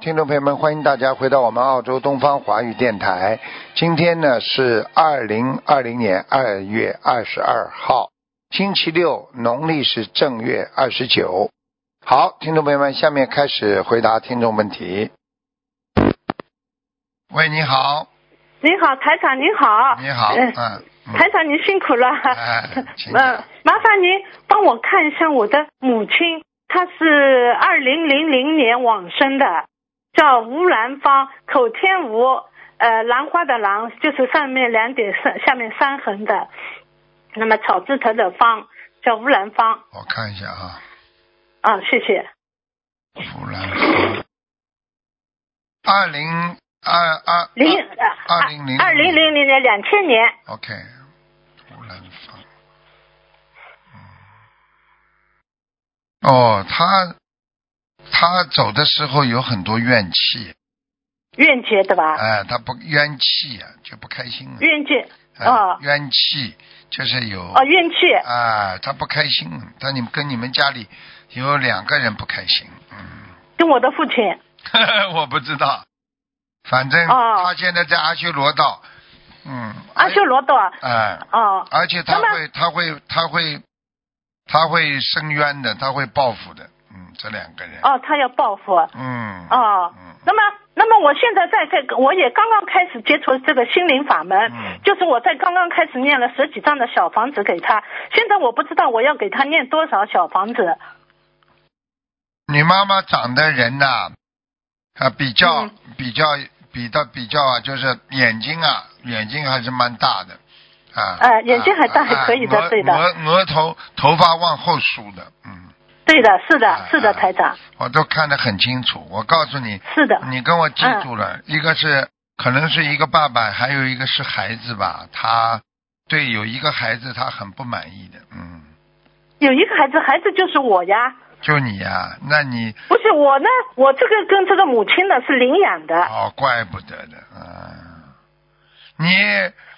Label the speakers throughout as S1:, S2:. S1: 听众朋友们，欢迎大家回到我们澳洲东方华语电台。今天呢是二零二零年二月二十二号，星期六，农历是正月二十九。好，听众朋友们，下面开始回答听众问题。喂，你好，
S2: 您好，台长您好。
S1: 你好，
S2: 嗯
S1: 嗯，嗯
S2: 台长您辛苦了。
S1: 哎请
S2: 嗯、
S1: 讲
S2: 麻烦您帮我看一下我的母亲，她是二零零零年往生的，叫吴兰芳，口天吴，呃，兰花的兰，就是上面两点三，下面三横的，那么草字头的芳，叫吴兰芳。
S1: 我看一下啊，
S2: 啊，谢谢。
S1: 弗兰芳，二零二二
S2: 零
S1: 2000
S2: 啊二零零零年两千年，
S1: OK，胡兰芳。嗯，哦，他他走的时候有很多怨气，
S2: 愿结对吧？
S1: 哎，他不冤气啊，就不开心了。
S2: 愿结
S1: 哎
S2: 哦
S1: 冤气就是有
S2: 哦，怨气
S1: 啊，他不开心，他你们跟你们家里有两个人不开心，嗯，
S2: 跟我的父亲。
S1: 我不知道，反正
S2: 哦
S1: 他现在在阿修罗道，嗯，
S2: 阿修罗道啊，
S1: 哎，
S2: 哦，
S1: 而且他
S2: 那么
S1: 会，他会，他会，他会伸冤的，他会报复的。嗯，这两个人。
S2: 哦，他要报复，哦，
S1: 嗯。嗯
S2: 那么，那么我现在在这个，我也刚刚开始接触这个心灵法门，
S1: 嗯
S2: 就是我在刚刚开始念了十几张的小房子给他，现在我不知道我要给他念多少小房子，
S1: 你妈妈长的人呐、啊，比较、
S2: 嗯
S1: 比较比较比较啊，就是眼睛啊，眼睛还是蛮大的。啊，
S2: 呃眼睛还大
S1: 啊
S2: 还可以的
S1: 啊额
S2: 对的
S1: 额额头头发往后梳的，嗯，
S2: 对的，是的，
S1: 啊
S2: 是的，
S1: 啊
S2: 台长，
S1: 我都看得很清楚。我告诉你，
S2: 是的，
S1: 你跟我记住了，
S2: 嗯
S1: 一个是可能是一个爸爸，还有一个是孩子吧。他对有一个孩子他很不满意的，嗯，
S2: 有一个孩子，孩子就是我呀，
S1: 就你呀、那你
S2: 不是我呢，我这个跟这个母亲呢是领养的，
S1: 哦，怪不得的，嗯，你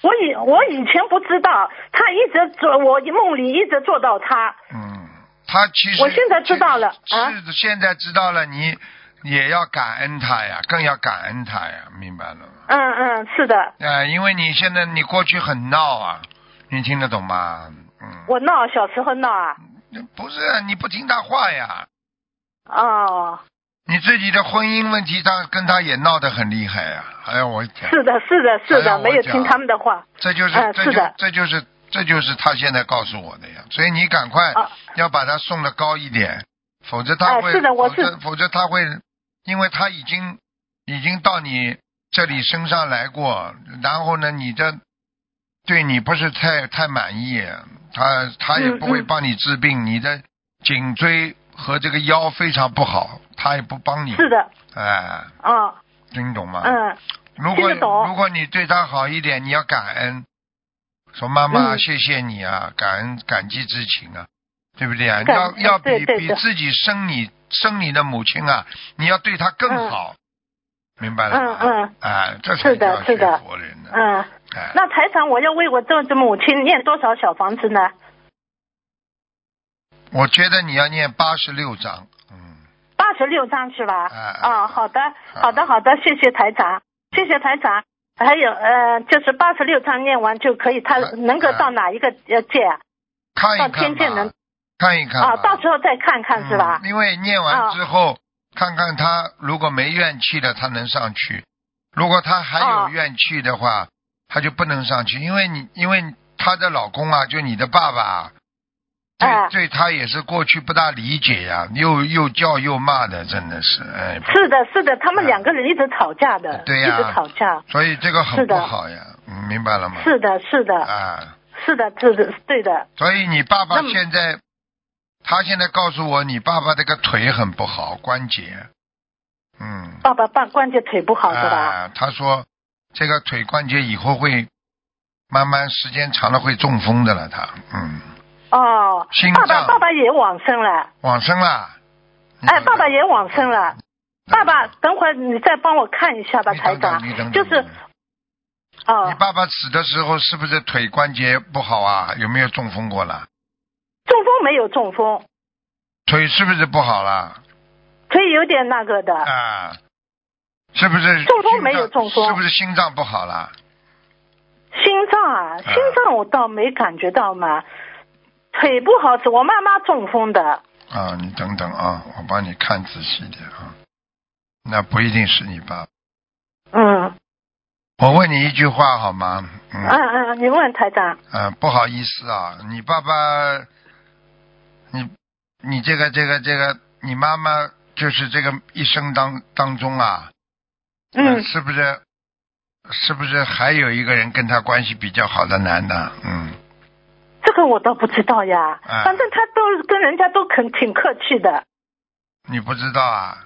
S2: 我以我以前不知道，他一直做我梦里一直做到他，
S1: 嗯，他其实
S2: 我现在知道了
S1: 是、
S2: 啊
S1: 是现在知道了，你也要感恩他呀，更要感恩他呀，明白了吗？
S2: 嗯嗯，是的。
S1: 哎、因为你现在你过去很闹啊，你听得懂吗？嗯，
S2: 我闹，小时候闹啊。
S1: 不是你不听他话呀。
S2: 哦，
S1: 你自己的婚姻问题，他跟他也闹得很厉害啊哎呀、还要我讲，
S2: 是的，是的，是
S1: 哎呀
S2: 的，
S1: 我
S2: 没有
S1: 讲
S2: 听他们的话。
S1: 这就是、
S2: 哎
S1: 这
S2: 是
S1: 就
S2: 的
S1: 这就是这就是他现在告诉我的呀。所以你赶快
S2: 啊
S1: 要把他送的高一点，否则他
S2: 哎
S1: 会，
S2: 是的我
S1: 否则
S2: 是
S1: 否则他会，因为他已经已经到你这里身上来过，然后呢，你的对你不是太太满意，他他也
S2: 嗯
S1: 不会
S2: 嗯
S1: 帮你治病，你的颈椎和这个腰非常不好，他也不帮你。
S2: 是，的，
S1: 哎。
S2: 哦，
S1: 听懂吗？。
S2: 嗯，
S1: 如
S2: 听
S1: 果
S2: 得懂
S1: 如果你对他好一点，你要感恩，说妈妈、
S2: 嗯
S1: 谢谢你啊，感恩感激之情啊，对不对啊？
S2: 感
S1: 要要比
S2: 对对
S1: 比
S2: 对
S1: 自己生你生你的母亲啊，你要对她更
S2: 嗯
S1: 好，明白了吗？
S2: 嗯
S1: 啊，这才
S2: 是的
S1: 叫学
S2: 是的
S1: 佛人呢。
S2: 嗯。
S1: 哎，
S2: 那台长，我要为我这这母亲念多少小房子呢？
S1: 我觉得你要念八十六章，嗯，
S2: 八十六张是吧？
S1: 哎
S2: 哦，好的，好的，好的，谢谢台长，谢谢台长。还有呃，就是八十六章念完就可以，他
S1: 哎
S2: 能够到哪一个呃界啊？
S1: 看一
S2: 到天界
S1: 看吧
S2: 能，
S1: 看一看
S2: 啊，
S1: 吧
S2: 到时候再看看是吧哦
S1: 嗯？因为念完之后，看看他如果没怨气了，他能上去；如果他还有
S2: 哦
S1: 怨气的话，他就不能上去，因为你因为她的老公啊，就你的爸爸啊，对、
S2: 哎
S1: 对他也是过去不大理解呀、又又叫又骂的，真的是哎，
S2: 是的，是的，他们
S1: 哎
S2: 两个人一直吵架的，
S1: 对呀
S2: 一直吵架。
S1: 所以这个很
S2: 是
S1: 不
S2: 的
S1: 好呀，嗯明白了吗？
S2: 是的，是的，
S1: 啊，
S2: 是的，是的，对的。
S1: 所以你爸爸
S2: 那么
S1: 现在，他现在告诉我，你爸爸这个腿很不好，关节，嗯。
S2: 爸爸半关节腿不好是吧？
S1: 啊，他说这个腿关节以后会慢慢时间长了会中风的了，他嗯，
S2: 哦
S1: 心，
S2: 爸
S1: 脏嗯
S2: 爸爸爸也往生了，
S1: 往生了。你
S2: 哎，
S1: 等
S2: 爸爸
S1: 等
S2: 也往生了。爸爸，等会儿你再帮我看一下吧，
S1: 嗯你
S2: 台
S1: 等
S2: 长
S1: 等，你等等，
S2: 就是
S1: 你
S2: 哦，
S1: 爸爸死的时候是不是腿关节不好啊？有没有中风过了？
S2: 中风没有中风，
S1: 腿是不是不好了？
S2: 腿有点那个的，
S1: 啊，是不是？
S2: 中风没有中风
S1: 是不是心脏不好啦？
S2: 心脏啊，
S1: 嗯
S2: 心脏我倒没感觉到嘛，腿不好使，我妈妈中风的，
S1: 啊，你等等啊，我帮你看仔细一点啊。那不一定是你爸。
S2: 嗯
S1: 我问你一句话好吗？嗯。
S2: 嗯嗯，你问台长，
S1: 呃，不好意思啊，你爸爸，你你这个这个这个，你妈妈就是这个一生当当中啊，呃
S2: 嗯，
S1: 是不是是不是还有一个人跟他关系比较好的男的？嗯，
S2: 这个我倒不知道呀，
S1: 啊
S2: 反正他都跟人家都肯挺客气的，
S1: 你不知道啊？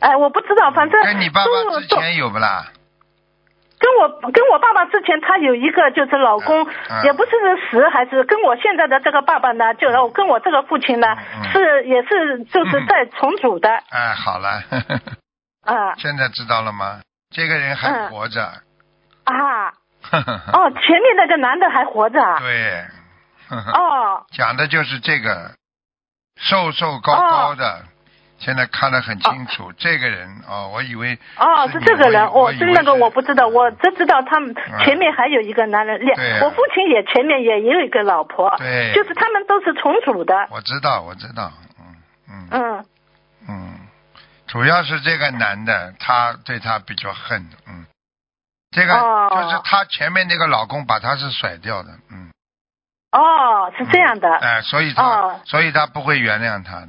S2: 哎，我不知道，反正
S1: 嗯跟你爸爸
S2: 都
S1: 之
S2: 都
S1: 前有不啦？
S2: 跟我跟我爸爸之前，他有一个就是老公，
S1: 嗯
S2: 也不是死还是跟我现在的这个爸爸呢，就是我跟我这个父亲呢，
S1: 嗯
S2: 是也是就是在重组的
S1: 哎，好了，
S2: 啊、
S1: 现在知道了吗？这个人还
S2: 嗯
S1: 活着。
S2: 啊！哦，前面那个男的还活着啊？
S1: 嗯 对。
S2: 哦
S1: 讲的就是这个，瘦瘦高
S2: 哦
S1: 高的，现在看得很清楚。这个人哦，我以为
S2: 哦，
S1: 是
S2: 是
S1: 你
S2: 这个人，
S1: 我
S2: 哦，
S1: 以
S2: 是
S1: 为
S2: 那个
S1: 是嗯
S2: 我不知道，我只知道他们前面还有一个男人，两
S1: 对啊
S2: 我父亲也前面也有一个老婆，
S1: 对
S2: 哦就是他们都是重组的，
S1: 我知道，我知道，嗯嗯
S2: 嗯，
S1: 嗯，主要是这个男的，他对他比较恨，嗯，这个
S2: 哦
S1: 就是他前面那个老公把他是甩掉的，嗯，
S2: 哦，是这样的，
S1: 哎、所以他、
S2: 哦
S1: 所以他不会原谅他的，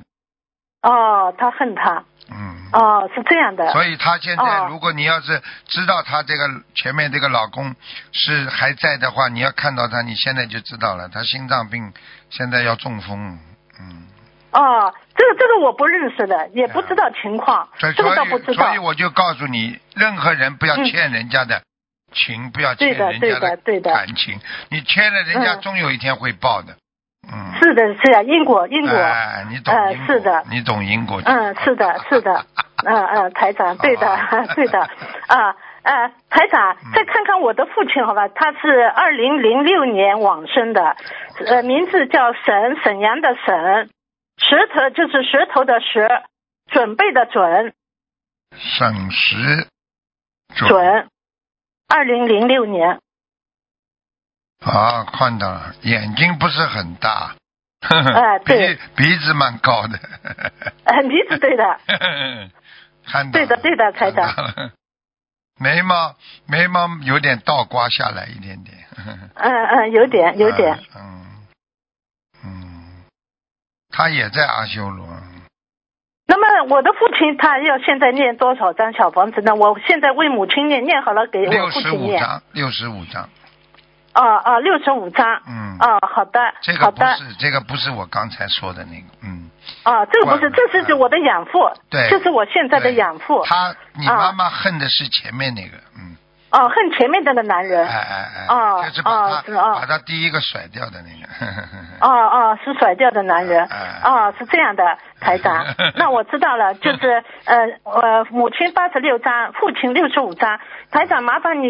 S2: 哦，他恨他，
S1: 嗯。
S2: 哦，是这样的，
S1: 所以她现在
S2: 哦，
S1: 如果你要是知道她这个前面这个老公是还在的话，你要看到她，你现在就知道了，她心脏病现在要中风，嗯，
S2: 哦，这个这个我不认识的，也不知道情况，
S1: 所以
S2: 这个倒
S1: 嗯所
S2: 不
S1: 以
S2: 知道
S1: 所以。我就告诉你，任何人不要
S2: 嗯
S1: 欠人家的情，不要欠
S2: 对的
S1: 人家
S2: 对的对的
S1: 感情，你欠了人家，
S2: 嗯
S1: 终有一天会报的，嗯，
S2: 是的，是啊的，因果，因果，
S1: 哎，你懂
S2: 呃
S1: 因果
S2: 是的，
S1: 你懂因果，
S2: 嗯，是的，是 的，嗯嗯，台长，对的
S1: 好吧，
S2: 对的，啊呃，台长
S1: 嗯，
S2: 再看看我的父亲，好吧，他是二零零六年往生的，呃，名字叫沈，沈阳的沈，石头就是石头的石，准备的准，
S1: 省时嗯
S2: 准，二零零六年，
S1: 啊，看到了，眼睛不是很大，呵呵
S2: 哎对
S1: 鼻鼻子蛮高的，
S2: 呃，名字对的，
S1: 看到
S2: 对的对的台长
S1: 看到了眉毛眉毛有点倒刮下来一点点，呵呵
S2: 嗯嗯，有点有 点，，
S1: 嗯嗯，他也在阿修罗，
S2: 哎那么我的父亲他要现在念多少张小房子呢？我现在为母亲念，念好了给我
S1: 六
S2: 父
S1: 十
S2: 亲
S1: 五
S2: 念。
S1: 张，六十五张，
S2: 哦哦，六十五张。
S1: 嗯，
S2: 哦，好的，
S1: 这
S2: 好
S1: 个不
S2: 的。
S1: 是这个不是我刚才说的那个，嗯，
S2: 哦，这个不
S1: 怪
S2: 是，这
S1: 了
S2: 是指我的养父，
S1: 嗯对
S2: 这是我现在的
S1: 对
S2: 养父。
S1: 他你
S2: 啊
S1: 妈妈恨的是前面那个，嗯。
S2: 哦，恨前面那个男人。
S1: 哎哎哎，
S2: 哦
S1: 就是把他、
S2: 哦是哦
S1: 把他第一个甩掉的那个。
S2: 哦哦，是甩掉的男人
S1: 哎。哎。
S2: 哦，是这样的，台长 那我知道了，就是呃呃，母亲八十六张，父亲六十五张。台长，麻烦你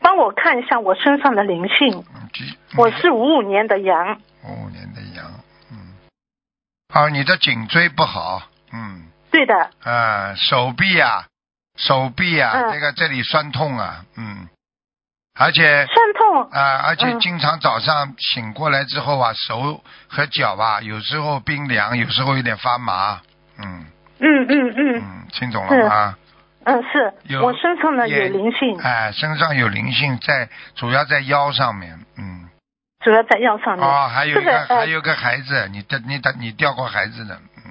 S2: 帮我看一下我身上的灵性。
S1: 嗯几
S2: 我是五五年的羊。
S1: 五五年的羊，嗯，啊，你的颈椎不好，嗯
S2: 对的，
S1: 啊，手臂啊，手臂啊，
S2: 嗯
S1: 这个这里酸痛啊，嗯，而且
S2: 酸痛。
S1: 啊，而且
S2: 嗯
S1: 经常早上醒过来之后啊，手和脚啊，有时候冰凉，有时候有点发麻，嗯
S2: 嗯嗯嗯
S1: 嗯，听懂
S2: 是
S1: 了吗？
S2: 嗯，是
S1: 有
S2: 我身上呢有
S1: 也
S2: 灵性，
S1: 哎，身上有灵性在，主要在腰上面，嗯。
S2: 主要在腰上面。
S1: 哦，还有一
S2: 这个
S1: 个，还
S2: 呃，
S1: 有一个孩子，你掉你掉你掉过孩子的，嗯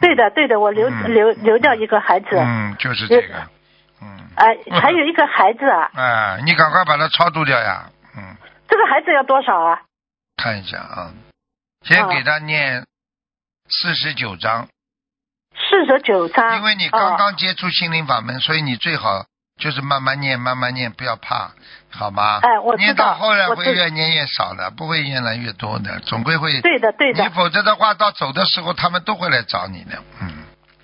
S2: 对的对的，我留
S1: 嗯
S2: 留留掉一个孩子，
S1: 嗯，就是这个，嗯
S2: 哎，还有一个孩子啊，
S1: 啊，你赶快把它超度掉呀，嗯，
S2: 这个孩子要多少啊？
S1: 看一下啊，先
S2: 啊
S1: 给他念四十九章，
S2: 四十九张。
S1: 因为你刚
S2: 哦
S1: 刚接触心灵法门，所以你最好就是慢慢念，慢慢念，不要怕，好吗？
S2: 哎我知
S1: 念到
S2: 道
S1: 后来
S2: 我
S1: 会
S2: 知
S1: 越念越少的，不会越来越多的，总归会。
S2: 对的对
S1: 你
S2: 的，
S1: 否则的话，到走的时候他们都会来找你的，嗯，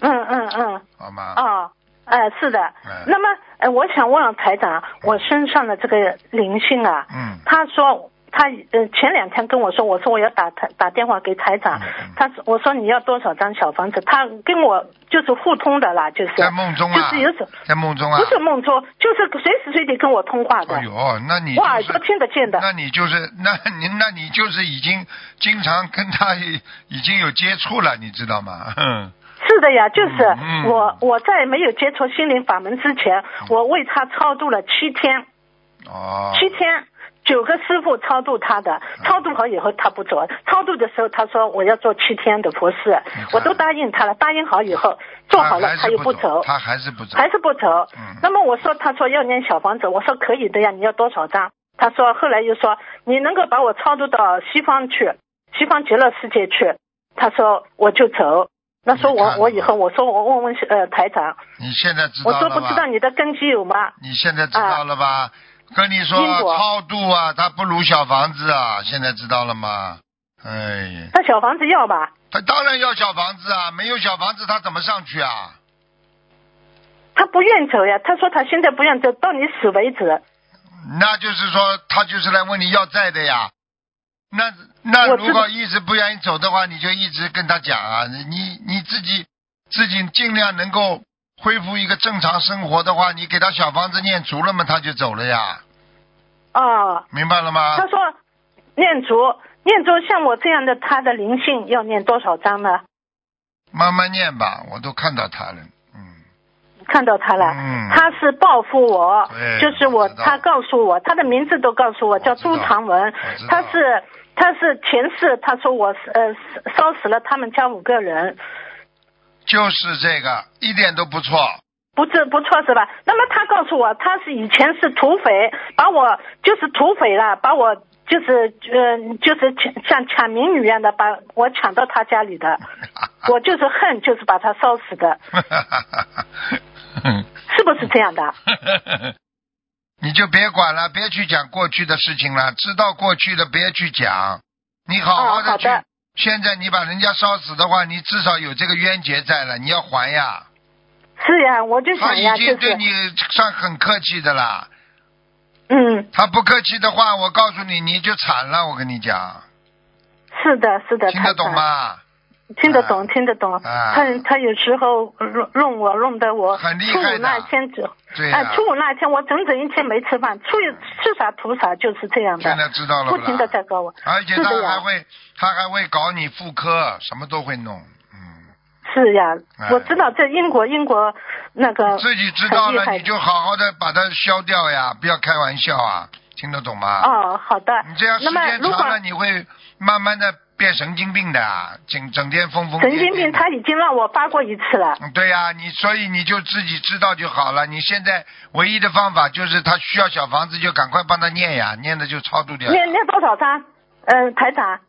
S2: 嗯嗯嗯，
S1: 好吗？
S2: 哦，哎是的
S1: 哎。
S2: 那么呃，我想问台长，我身上的这个灵性啊，
S1: 嗯，
S2: 他说。他呃前两天跟我说，我说我要打台打电话给台
S1: 嗯
S2: 长，他说我说你要多少张小房子，他跟我就是互通的啦，就是
S1: 在梦中啊
S2: 就是有种，
S1: 在梦中啊
S2: 不，是梦中，就是随时随地跟我通话的，
S1: 哎呦，那你
S2: 我
S1: 就
S2: 耳朵
S1: 是
S2: 听得见的。
S1: 那你就是，那你那你就是已经经常跟他已已经有接触了，你知道吗？ 哼
S2: 是的呀，就是
S1: 嗯嗯
S2: 我我在没有接触心灵法门之前，我为他超度了七天，
S1: 哦，
S2: 七天。九个师傅超度他
S1: 啊
S2: 的，超度好以后他不做，超度的时候他说我要做七天的服侍
S1: 你看，
S2: 我都答应他了，答应好以后做
S1: 他
S2: 好了
S1: 还
S2: 他
S1: 是
S2: 又
S1: 不
S2: 走，
S1: 他还是不走，
S2: 还是不走
S1: 嗯。
S2: 那么我说他说要念小房子，我说可以的呀，你要多少张？他说后来又说你能够把我超度到西方去，西方极乐世界去，他说我就走。那说
S1: 你看
S2: 我
S1: 看
S2: 我以后我说我问问呃台长，
S1: 你现在知道
S2: 我
S1: 了吧？
S2: 说不知道你的根基有吗？
S1: 你现在知道了吧？跟你说
S2: 因果
S1: 超度啊，他不如小房子啊，现在知道了吗？哎，
S2: 那小房子要吧？
S1: 他当然要小房子啊，没有小房子他怎么上去啊？
S2: 他不愿走呀，他说他现在不愿走，到你死为止。
S1: 那就是说他就是来问你要债的呀。那那
S2: 我
S1: 如
S2: 知道
S1: 果一直不愿意走的话，你就一直跟他讲啊，你你你自己自己尽量能够恢复一个正常生活的话，你给他小房子念足了嘛，他就走了呀，
S2: 哦，
S1: 明白了吗？
S2: 他说念珠念珠像我这样的他的灵性要念多少张呢？
S1: 慢慢念吧，我都看到他了，嗯。
S2: 看到他了，
S1: 嗯
S2: 他是报复我
S1: 对，
S2: 就是
S1: 我
S2: 我，
S1: 知道
S2: 他告诉我，他的名字都告诉我，
S1: 知道
S2: 叫朱长文
S1: 我知道，
S2: 他是他是前世，他说我是呃烧死了他们家五个人，
S1: 就是这个，一点都不错。
S2: 不是不错是吧？那么他告诉我，他是以前是土匪，把我就是土匪了，把我就是呃就是抢像抢民女一样的把我抢到他家里
S1: 啊
S2: 的，我就是恨就是把他烧死的，是不是这样的？
S1: 你就别管了，别去讲过去的事情了，知道过去的别去讲，你好好
S2: 哦好
S1: 的
S2: 的
S1: 去。现在你把人家烧死的话，你至少有这个冤结在了，你要还呀。
S2: 是呀，我就
S1: 他
S2: 想呀，
S1: 已
S2: 就
S1: 经对
S2: 是
S1: 你算很客气的啦，
S2: 嗯。
S1: 他不客气的话，我告诉你，你就惨了。我跟你讲，
S2: 是的，是的，
S1: 听得
S2: 台长
S1: 懂？吗？
S2: 听得
S1: 啊
S2: 懂，听得懂。
S1: 啊
S2: 他他有时候弄弄我，弄得我
S1: 很厉
S2: 初
S1: 害
S2: 五
S1: 的
S2: 那天走，
S1: 对
S2: 哎
S1: 呀、，
S2: 初五那天我整整一天没吃饭，初一吃啥吐啥，就是这样
S1: 现
S2: 的，
S1: 在知道了
S2: 不
S1: 啦
S2: 停的在搞我。
S1: 而且
S2: 是
S1: 他
S2: 的呀
S1: 还会，他还会搞你妇科，什么都会弄。嗯，
S2: 是呀
S1: 哎，
S2: 我知道这英国英国那个
S1: 自己知道
S2: 呃很厉
S1: 了，
S2: 害
S1: 你就好好的把它消掉呀，不要开玩笑啊，听得懂吗？
S2: 哦，好的
S1: 你这样。时
S2: 那么
S1: 间
S2: 如
S1: 长
S2: 果
S1: 了，你会慢慢的变神经病的啊，整整天疯疯癫癫
S2: 神
S1: 的。
S2: 经病他已经让我发过一次了，
S1: 嗯对呀、你所以你就自己知道就好了。你现在唯一的方法就是他需要小房子，就赶快帮他念呀，念的就超度哎掉呀。
S2: 念念多少张？嗯，台长，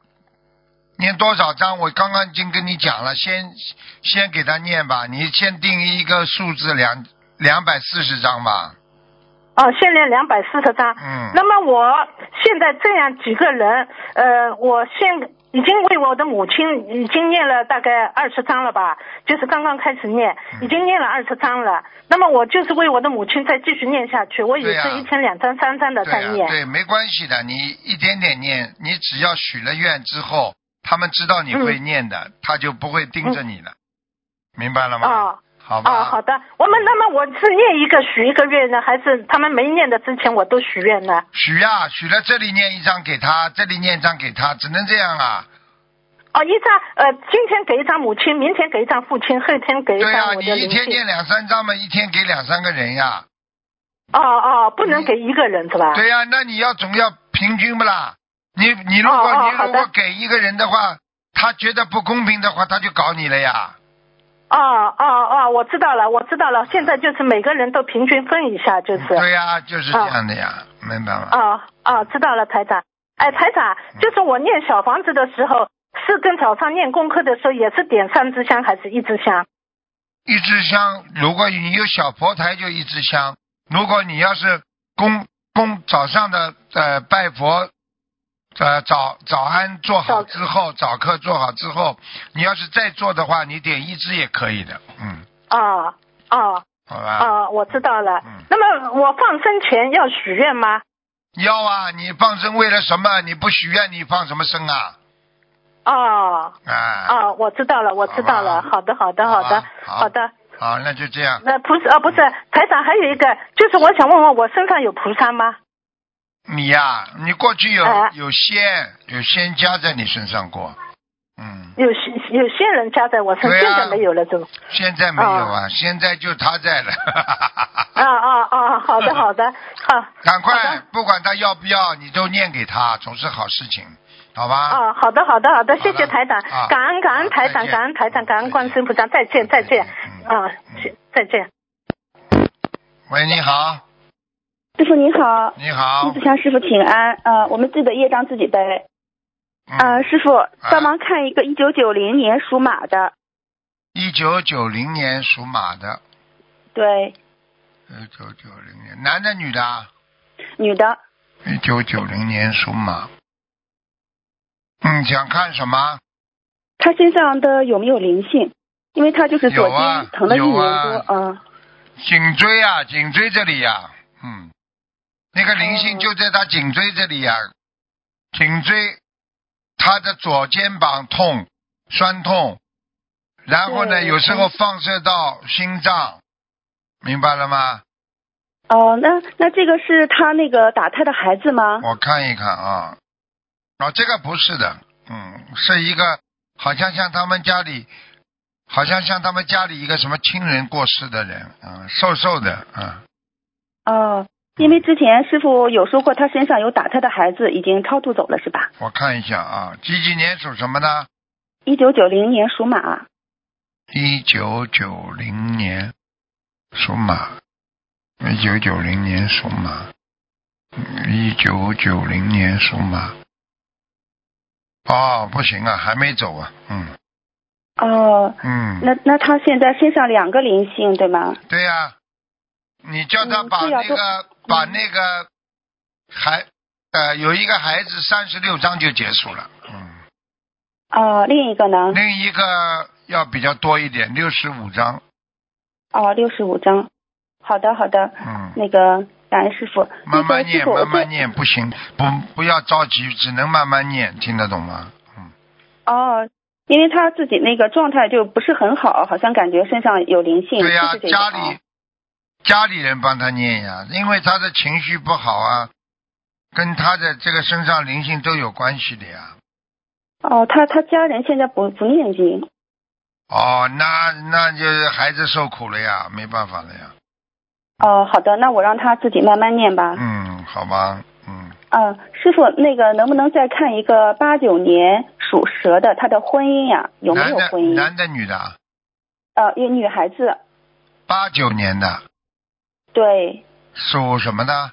S1: 念多少章？我刚刚已经跟你讲了，先先给他念吧。你先定一个数字两两百四十章吧。
S2: 哦，先念两百四十张。
S1: 嗯，
S2: 那么我现在这样几个人，呃，我现已经为我的母亲已经念了大概二十章了吧，就是刚刚开始念，
S1: 嗯
S2: 已经念了二十章了。那么我就是为我的母亲再继续念下去，我也
S1: 对呀
S2: 是一天两章、三章的
S1: 对
S2: 在
S1: 呀、
S2: 念。
S1: 对，没关系的，你一点点念，你只要许了愿之后，他们知道你会念
S2: 嗯
S1: 的，他就不会盯着你了，明白了吗？
S2: 哦
S1: 好吧。
S2: 哦，好的。我们那么我是念一个许一个愿呢，还是他们没念的之前我都许愿呢？
S1: 许呀、许了这里念一张给他，这里念一张给他，只能这样啊。
S2: 哦，一张呃，今天给一张母亲，明天给一张父亲，后天给一
S1: 对呀、啊
S2: 张我
S1: 你
S2: 的
S1: 一
S2: 灵
S1: 天
S2: 性
S1: 念。两三张嘛，一天给两三个人呀、
S2: 哦哦，不能给一个人是吧？
S1: 对呀、那你要总要平均不啦？你你如果、
S2: 哦哦
S1: 你
S2: 好
S1: 如
S2: 的
S1: 果给一个人的话，他觉得不公平的话，他就搞你了呀。
S2: 哦哦哦，我知道了，我知道了。现在就是每个人都平均分一下，就是。
S1: 对呀、就是这样的呀，明白吗？
S2: 哦哦，知道了，台长。哎，台长，
S1: 嗯
S2: 就是我念小房子的时候，是跟早上念功课的时候也是点三支香还是一支香？
S1: 一支香，如果你有小佛台就一支香，如果你要是供供早上的呃拜佛。呃，早早安做好
S2: 早
S1: 之后，早课做好之后，你要是再做的话，你点一支也可以的，嗯，
S2: 哦哦
S1: 好吧。
S2: 哦，我知道了
S1: 啊嗯。
S2: 那么我放生前要许愿吗？
S1: 要啊，你放生为了什么？你不许愿，你放什么生啊？
S2: 哦
S1: 啊，
S2: 哦，我知道了，我知道了。
S1: 好吧
S2: 好的，好的，
S1: 好
S2: 好
S1: 吧
S2: 的，
S1: 好
S2: 好的。
S1: 好，那就这样。
S2: 那菩萨哦，不是台长，还有一个就是我想问问，我身上有菩萨吗？
S1: 你呀、啊你过去有、
S2: 哎
S1: 有仙有仙家在你身上过，嗯，
S2: 有些有些人加在我身上，
S1: 对
S2: 现
S1: 啊
S2: 在没有了，怎么？
S1: 现在没有啊，现在就他在了。
S2: 啊啊啊！好的，好
S1: 嗯
S2: 的，好。
S1: 赶
S2: 好
S1: 快
S2: 的，
S1: 不管他要不要，你都念给他，总是好事情，好吧？
S2: 啊，好的，好的，好的，谢
S1: 好了
S2: 谢台长
S1: 啊，
S2: 感恩感
S1: 好
S2: 恩
S1: 再
S2: 台
S1: 见
S2: 长，感恩台长，
S1: 再
S2: 感
S1: 见
S2: 恩观世音菩萨，再见，再见
S1: 嗯，
S2: 啊，谢再见。
S1: 喂，你好，
S3: 师傅您好，
S1: 你好
S3: 弟子，向师傅请安。呃，我们自己的业障自己背。呃，
S1: 嗯，
S3: 师傅帮忙看一个一九九零年属马的，
S1: 一九九零年属马的，
S3: 对，
S1: 一九九零年，男的女的啊？
S3: 女的，
S1: 一九九零年属马。嗯，想看什么？
S3: 她身上的有没有灵性？因为她就是左
S1: 有啊
S3: 肩疼了一年
S1: 有
S3: 多，
S1: 啊
S3: 嗯
S1: 颈椎啊，颈椎这里呀、嗯，那个灵性
S3: 哦
S1: 就在他颈椎这里呀、啊颈椎，他的左肩膀痛，酸痛，然后呢，
S3: 对
S1: 有时候
S3: 嗯
S1: 放射到心脏，明白了吗？
S3: 哦，那那这个是她那个打胎的孩子吗？
S1: 我看一看啊，哦，这个不是的，嗯，是一个好像像他们家里，好像像他们家里一个什么亲人过世的人，嗯，瘦瘦的，嗯，
S3: 哦，因为之前师傅有说过她身上有打胎的孩子，已经超度走了是吧？
S1: 我看一下啊，几几年属什么呢？
S3: 一九九零年属马，
S1: 一九九零年属马，一九九零年属马，一九九零年属马。哦，不行啊，还没走啊，嗯
S3: 哦，
S1: 嗯，
S3: 那那她现在身上两个灵性对吗？
S1: 对呀、你叫他
S3: 嗯
S1: 把
S3: 对呀
S1: 那个、
S3: 都
S1: 把那个孩呃有一个孩子三十六章就结束了，嗯，
S3: 哦，另一个呢？
S1: 另一个要比较多一点，六十五章，
S3: 哦，六十五章。好的，好的，
S1: 嗯。
S3: 那个感恩师傅。
S1: 慢慢
S3: 那个师
S1: 念，
S3: 傅，我
S1: 慢慢
S3: 再
S1: 念，不行，不不要着急，只能慢慢念，听得懂吗？嗯，
S3: 哦，因为他自己那个状态就不是很好，好像感觉身上有灵性。
S1: 对呀、
S3: 是不是这个
S1: 家
S3: 啊
S1: 里家里人帮他念呀，因为他的情绪不好啊，跟他的这个身上灵性都有关系的呀。
S3: 哦，他他家人现在不不念经。
S1: 哦，那那就是孩子受苦了呀，没办法了呀。
S3: 哦，好的，那我让他自己慢慢念吧。
S1: 嗯，好吧，嗯，
S3: 嗯、师傅，那个能不能再看一个八九年属蛇的，他的婚姻呀、有没
S1: 男
S3: 有
S1: 的
S3: 婚姻？
S1: 男的女的啊，
S3: 呃，一女孩子，
S1: 八九年的，
S3: 对，
S1: 属什么的？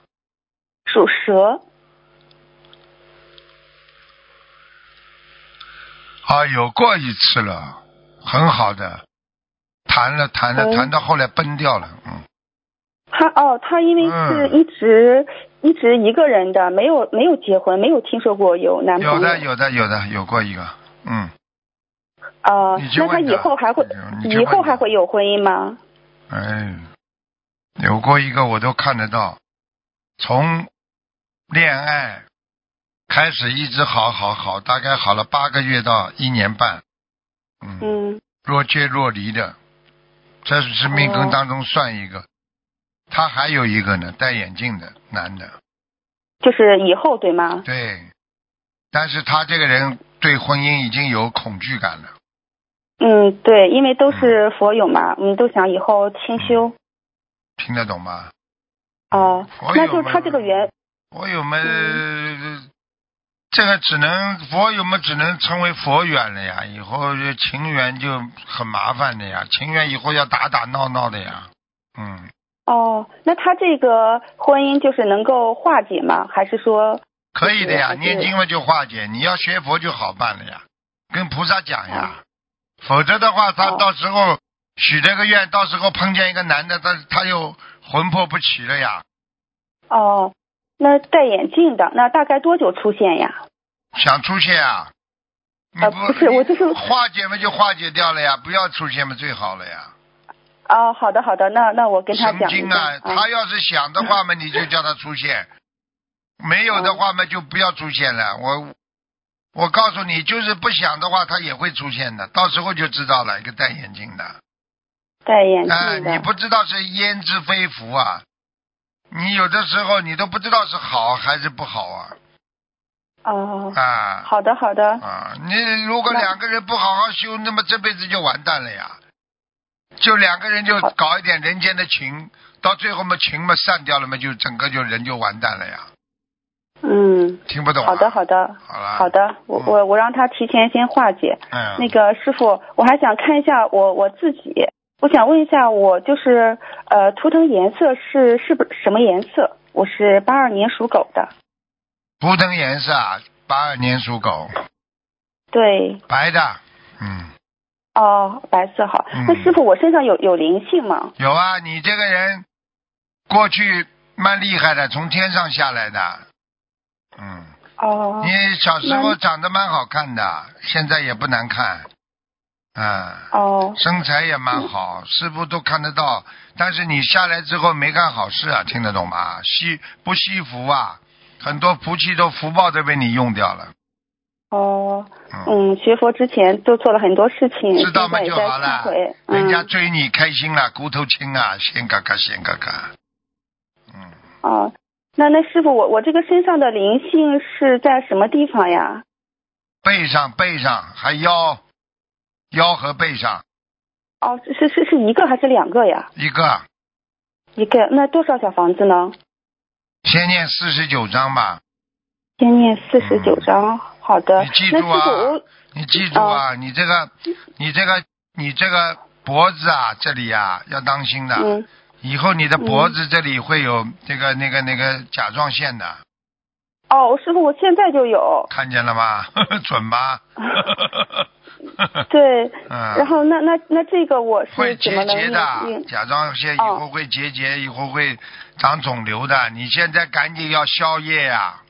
S3: 属蛇。
S1: 啊，有过一次了，很好的，谈了谈了
S3: 嗯
S1: 谈到后来崩掉了，嗯。
S3: 他哦，他因为是
S1: 嗯
S3: 一直、一直一个人的，没有没有结婚，没有听说过有男朋友。
S1: 有的，有的，有的，有过一个，嗯，
S3: 啊、
S1: 你去
S3: 那他
S1: 问
S3: 以后还会
S1: 你去问
S3: 以后
S1: 他
S3: 还会有婚姻吗？
S1: 哎，有过一个我都看得到，从恋爱开始一直好好好，大概好了八个月到一年半，嗯，
S3: 嗯，
S1: 若即若离的，这是命根
S3: 哦
S1: 当中算一个，他还有一个呢，戴眼镜的男的，
S3: 就是以后对吗？
S1: 对，但是他这个人对婚姻已经有恐惧感了，
S3: 嗯，对，因为都是佛友嘛，我们都想以后清修。
S1: 听得懂吗？
S3: 哦、
S1: 嗯佛
S3: 那
S1: 友
S3: 就
S1: 们
S3: 他这个缘，
S1: 佛友们，这个只能佛友们只能成为佛缘了呀，以后这情缘就很麻烦的呀，情缘以后要打打闹闹的呀，嗯，
S3: 哦，那他这个婚姻就是能够化解吗？还是说，
S1: 可以的呀，
S3: 就是还是
S1: 念经了就化解，你要学佛就好办了呀，跟菩萨讲呀，否则的话，他
S3: 啊哦
S1: 到时候许这个愿，到时候碰见一个男的，他他又魂魄不齐了呀，
S3: 哦，那戴眼镜的，那大概多久出现呀？
S1: 想出现啊，你
S3: 啊不是我就是
S1: 你化解嘛，就化解掉了呀，不要出现嘛，最好了呀。
S3: 哦，好的好的，那那我跟他
S1: 神
S3: 讲一啊
S1: 经啊
S3: 下
S1: 啊！他要是想的话嘛，你就叫他出现。没有的话嘛，就不要出现了。我我告诉你，就是不想的话，它也会出现的，到时候就知道了。一个戴眼镜的，
S3: 戴眼镜
S1: 哎、
S3: 嗯的。
S1: 你不知道是焉知非福啊！你有的时候你都不知道是好还是不好啊！
S3: 哦，
S1: 啊
S3: 好的好的，
S1: 啊！你如果
S3: 那
S1: 两个人不好好修，那么这辈子就完蛋了呀！就两个人就
S3: 好
S1: 搞一点人间的情，到最后嘛情嘛散掉了嘛，就整个就人就完蛋了呀！
S3: 嗯，
S1: 听不懂、啊？
S3: 好的好的，
S1: 好了，
S3: 好，的，我
S1: 嗯
S3: 我我让他提前先化解。
S1: 嗯，
S3: 那个师傅，我还想看一下我我自己，我想问一下我就是呃图腾颜色是是不是什么颜色？我是八二年属狗的，
S1: 图腾颜色啊，八二年属狗，
S3: 对，
S1: 白的，嗯，
S3: 哦，白色好。那
S1: 嗯
S3: 师傅，我身上有有灵性吗？
S1: 有啊，你这个人过去蛮厉害的，从天上下来的，嗯，
S3: 哦，
S1: 你小时候
S3: 那
S1: 长得蛮好看的，现在也不难看，嗯，
S3: 哦，
S1: 身材也蛮好，师傅都看得到，但是你下来之后没干好事啊，听得懂吗？惜不惜福啊，很多福气都福报都被你用掉了，
S3: 哦，嗯，学佛之前都做了很多事情，
S1: 知道
S3: 现
S1: 嘛
S3: 在也
S1: 就
S3: 在
S1: 好
S3: 忏
S1: 了
S3: 悔。。
S1: 人家
S3: 嗯，
S1: 追你开心了，骨头轻啊，先嘎嘎，先嘎嘎。嗯，
S3: 哦，那那师傅，我我这个身上的灵性是在什么地方呀？
S1: 背上背上还腰，腰和背上
S3: 哦，是是是一个还是两个呀？
S1: 一个，啊
S3: 一个，那多少小房子呢？
S1: 先念四十九章吧。
S3: 先念四十九章。好的，
S1: 嗯你记
S3: 那
S1: 住啊
S3: 师傅我
S1: 你记住啊，
S3: 哦
S1: 你这个你这个你这个脖子啊，这里啊要当心的，
S3: 嗯，
S1: 以后你的脖子这里会有这个那个那个甲状腺的，
S3: 哦，师傅，我现在就有。
S1: 看见了吗？ 准吧？
S3: 对，
S1: 嗯。
S3: 然后那那那这个我
S1: 会
S3: 是怎么
S1: 结
S3: 能嗯哦
S1: 节的
S3: 念，
S1: 甲状腺以后会结节，以后会长肿瘤的。你现在赶紧要消啊业呀、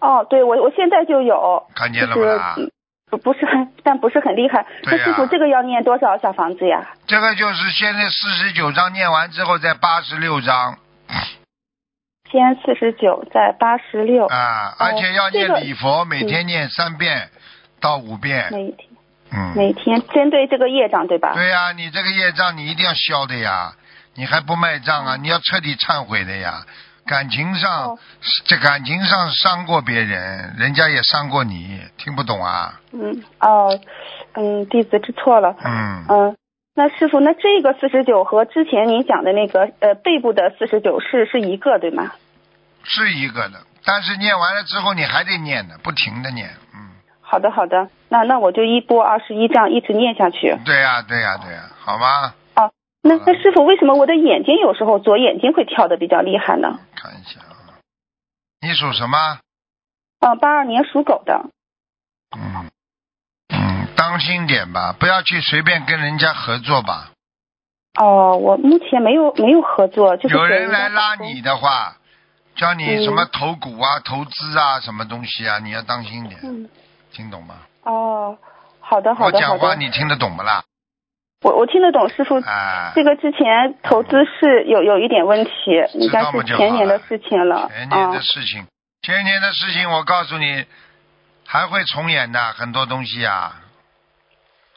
S3: 哦，对我我现在就有，
S1: 看
S3: 就
S1: 见了不
S3: 是
S1: 啦？
S3: 嗯不不是很，但不是很厉害。
S1: 对
S3: 那
S1: 呀
S3: 师傅这个要念多少小房子呀？
S1: 这个就是现在四十九章念完之后，再八十六章
S3: 先四十九，再八十六，
S1: 啊，而且要
S3: 哦这个
S1: 念礼佛，每天念三遍到五遍。
S3: 每天
S1: 嗯，
S3: 每天针对这个业障对吧？
S1: 对呀、你这个业障你一定要消的呀，你还不卖账啊？你要彻底忏悔的呀。感情上
S3: 哦，
S1: 这感情上伤过别人，人家也伤过你，听不懂啊？
S3: 嗯，哦，嗯，弟子知错了。
S1: 嗯。
S3: 嗯，那师傅，那这个四十九和之前您讲的那个呃背部的四十九是是一个对吗？
S1: 是一个的，但是念完了之后你还得念呢，不停的念。嗯，
S3: 好的，好的，那那我就一波二十一这样一直念下去。
S1: 对呀、对呀、对呀、好吗？
S3: 哦，那那师傅，为什么我的眼睛有时候左眼睛会跳的比较厉害呢？
S1: 看一下啊，你属什么？
S3: 嗯，八二年属狗的。
S1: 嗯嗯，当心点吧，不要去随便跟人家合作吧。
S3: 哦，我目前没有没有合作，就是
S1: 有
S3: 给
S1: 人来
S3: 家打
S1: 拉
S3: 工嗯
S1: 你。的话，叫你什么投股啊、投资啊、什么东西啊，你要当心点，
S3: 嗯，
S1: 听懂吗？
S3: 哦，好的，好
S1: 我
S3: 的，好
S1: 讲话
S3: 的。
S1: 你听得懂不啦？
S3: 我我听得懂师傅
S1: 啊，
S3: 这个之前投资是有有一点问题，应该是前年的事情了
S1: 前年
S3: 啊
S1: 的。事情，前年的事情，我告诉你，还会重演的，很多东西啊。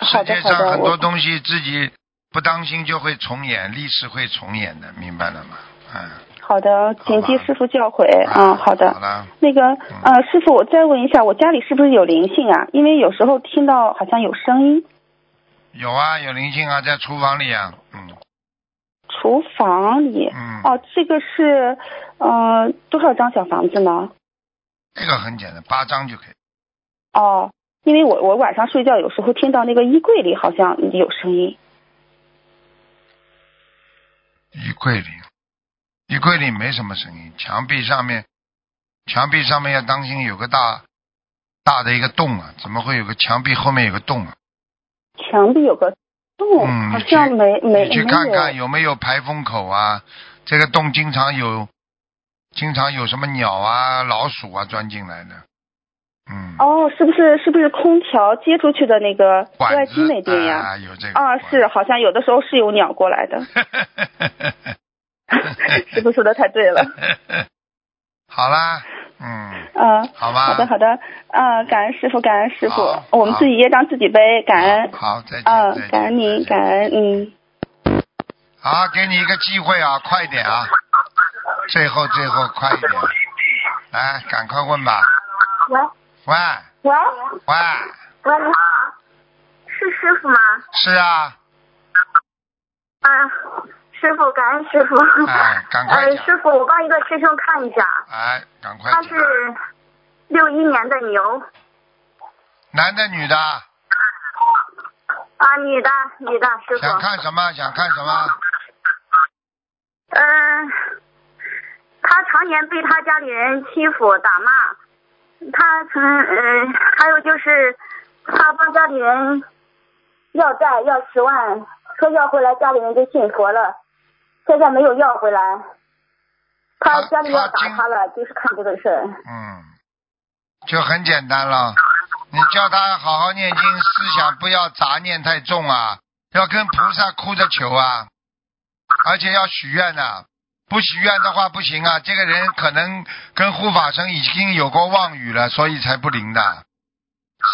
S1: 世
S3: 好的
S1: 界
S3: 好
S1: 上
S3: 的，
S1: 很多
S3: 我
S1: 东西自己不当心就会重演，历史会重演的，明白了吗？嗯。
S3: 好的，谨记师傅教诲
S1: 啊
S3: 啊。好
S1: 好
S3: 的，
S1: 了，嗯
S3: 那个呃，师傅，我再问一下，我家里是不是有灵性啊？因为有时候听到好像有声音，
S1: 有啊，有灵性啊，在厨房里啊，嗯
S3: 厨房里。
S1: 嗯，
S3: 哦，这个是呃多少张小房子呢？
S1: 这个很简单，八张就可以。
S3: 哦，因为我我晚上睡觉有时候听到那个衣柜里好像有声音。
S1: 衣柜里，衣柜里没什么声音，墙壁上面，墙壁上面要当心有个大大的一个洞啊，怎么会有个墙壁后面有个洞啊？
S3: 墙壁有个洞，
S1: 嗯
S3: 好像没没
S1: 你去
S3: 没
S1: 看看
S3: 有。
S1: 有没有排风口啊？这个洞经常有，经常有什么鸟啊、老鼠啊钻进来的。嗯，
S3: 哦，是不是是不是空调接出去的那个室外
S1: 管
S3: 机
S1: 子
S3: 那边呀？
S1: 啊，有这个
S3: 啊，
S1: 管
S3: 是，好像有的时候是有鸟过来的，
S1: 子。
S3: 师傅说的太对了。
S1: 好啦，嗯，
S3: 嗯、
S1: 好吧。
S3: 好的，好的，嗯、感恩师傅，感恩师
S1: 好
S3: 傅，我们
S1: 好
S3: 自己业障自己背，感恩，
S1: 好，再见。
S3: 嗯、
S1: 再见
S3: 感恩
S1: 再
S3: 您，
S1: 见
S3: 感恩嗯。
S1: 好，给你一个机会啊，快一点啊！最后，最后，快一点！来，赶快问吧。
S4: 喂
S1: 喂
S4: 喂
S1: 喂，
S4: 喂，你好，是师傅吗？
S1: 是啊，
S4: 啊，师傅，感恩师傅。
S1: 哎赶快
S4: 呃，
S1: 讲
S4: 师傅，我帮一个师兄看一下，
S1: 哎，赶快
S4: 他
S1: 讲
S4: 是六一年的牛
S1: 男的女的？
S4: 啊，女的，女的，师傅。
S1: 想看什么？想看什么？
S4: 嗯，他常年被他家里人欺负打骂，他曾呃，还有就是他帮家里人要债要十万，说要回来家里人就信佛了，现在没有要回来，他
S1: 他
S4: 家里要
S1: 他
S4: 打
S1: 经
S4: 他了，就是看这个事儿。
S1: 嗯，就很简单了。你叫他好好念经，思想不要杂念太重啊，要跟菩萨哭着求啊，而且要许愿呐、啊不许愿的话不行啊，这个人可能跟护法神已经有过妄语了，所以才不灵的。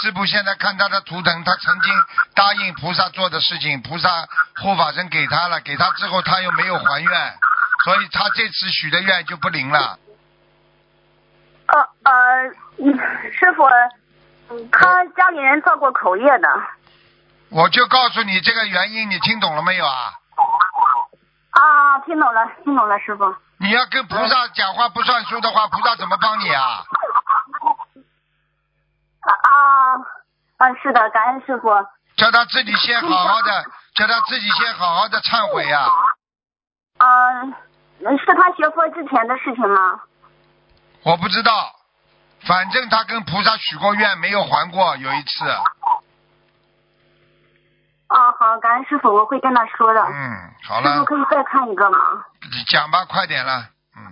S1: 师傅现在看他的图腾，他曾经答应菩萨做的事情，菩萨护法神给他了，给他之后他又没有还愿，所以他这次许的愿就不灵了。
S4: 呃呃，嗯师傅，他家里人造过口业的
S1: 我就告诉你这个原因，你听懂了没有啊？
S4: 啊，听懂了，听懂了，师傅。
S1: 你要跟菩萨讲话不算数的话，菩萨怎么帮你啊？
S4: 啊啊啊！是的，感恩师傅。
S1: 叫他自己先好好的，叫他自己先好好的忏悔啊！
S4: 嗯、是他学佛之前的事情吗？
S1: 我不知道，反正他跟菩萨许过愿，没有还过，有一次，
S4: 啊，好，感恩师傅，我会跟他说的。
S1: 嗯，好
S4: 师
S1: 了
S4: 傅，可以再看一个吗？
S1: 你讲吧，快点了，嗯，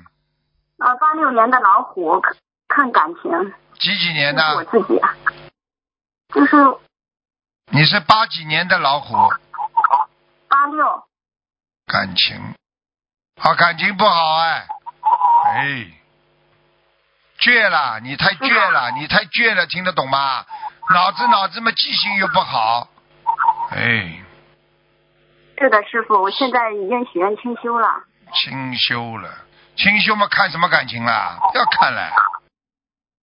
S4: 啊，八六年的老虎，看看感情，
S1: 几几年
S4: 就是我
S1: 的？
S4: 自己，啊就是
S1: 你是八几年的老虎，
S4: 八六，
S1: 感情，好，感情不好哎，哎，倔了，你太倔了，你太倔了，听得懂吗？脑子脑子嘛，记性又不好，哎，
S4: 是的，师傅，我现在已经许愿清修了。
S1: 清修了，清修嘛，看什么感情啦？不要看了，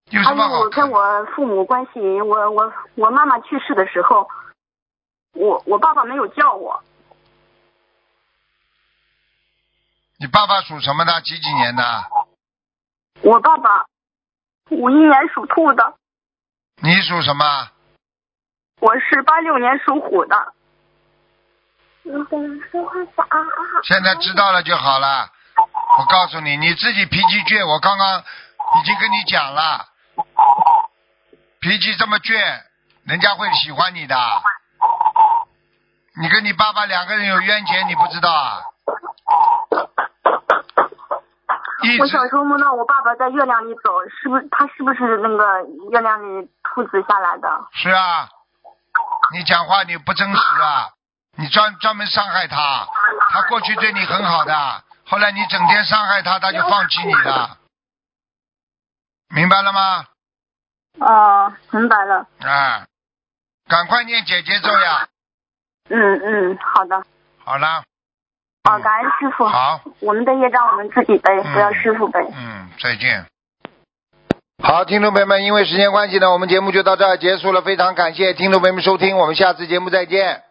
S1: 有
S4: 还
S1: 什么
S4: 有
S1: 好
S4: 哎我跟
S1: 看？
S4: 我父母关系，我我我妈妈去世的时候，我我爸爸没有叫我，
S1: 你爸爸属什么的？几几年的？
S4: 我爸爸五一年属兔的，
S1: 你属什么？
S4: 我是八六年属虎的。
S1: 现在知道了就好了。我告诉你，你自己脾气倔，我刚刚已经跟你讲了，脾气这么倔，人家会喜欢你的。你跟你爸爸两个人有冤结，你不知道啊？一
S4: 我
S1: 直
S4: 小时候梦到我爸爸在月亮里走，是不是他是不是那个月亮里兔子下来的？哦
S1: 是啊，你讲话你不真实啊，你专专门伤害他，他过去对你很好的，后来你整天伤害他，他就放弃你了，明白了吗？
S4: 哦，明白了。
S1: 啊，赶快念姐姐咒呀！
S4: 嗯嗯，好的。
S1: 好了，
S4: 哦，感恩师傅。
S1: 好，
S4: 我们的业障我们自己背，
S1: 嗯
S4: 不要师傅哎背。
S1: 嗯，再见。
S5: 好，听众朋友们，因为时间关系呢，我们节目就到这儿结束了。非常感谢听众朋友们收听，我们下次节目再见。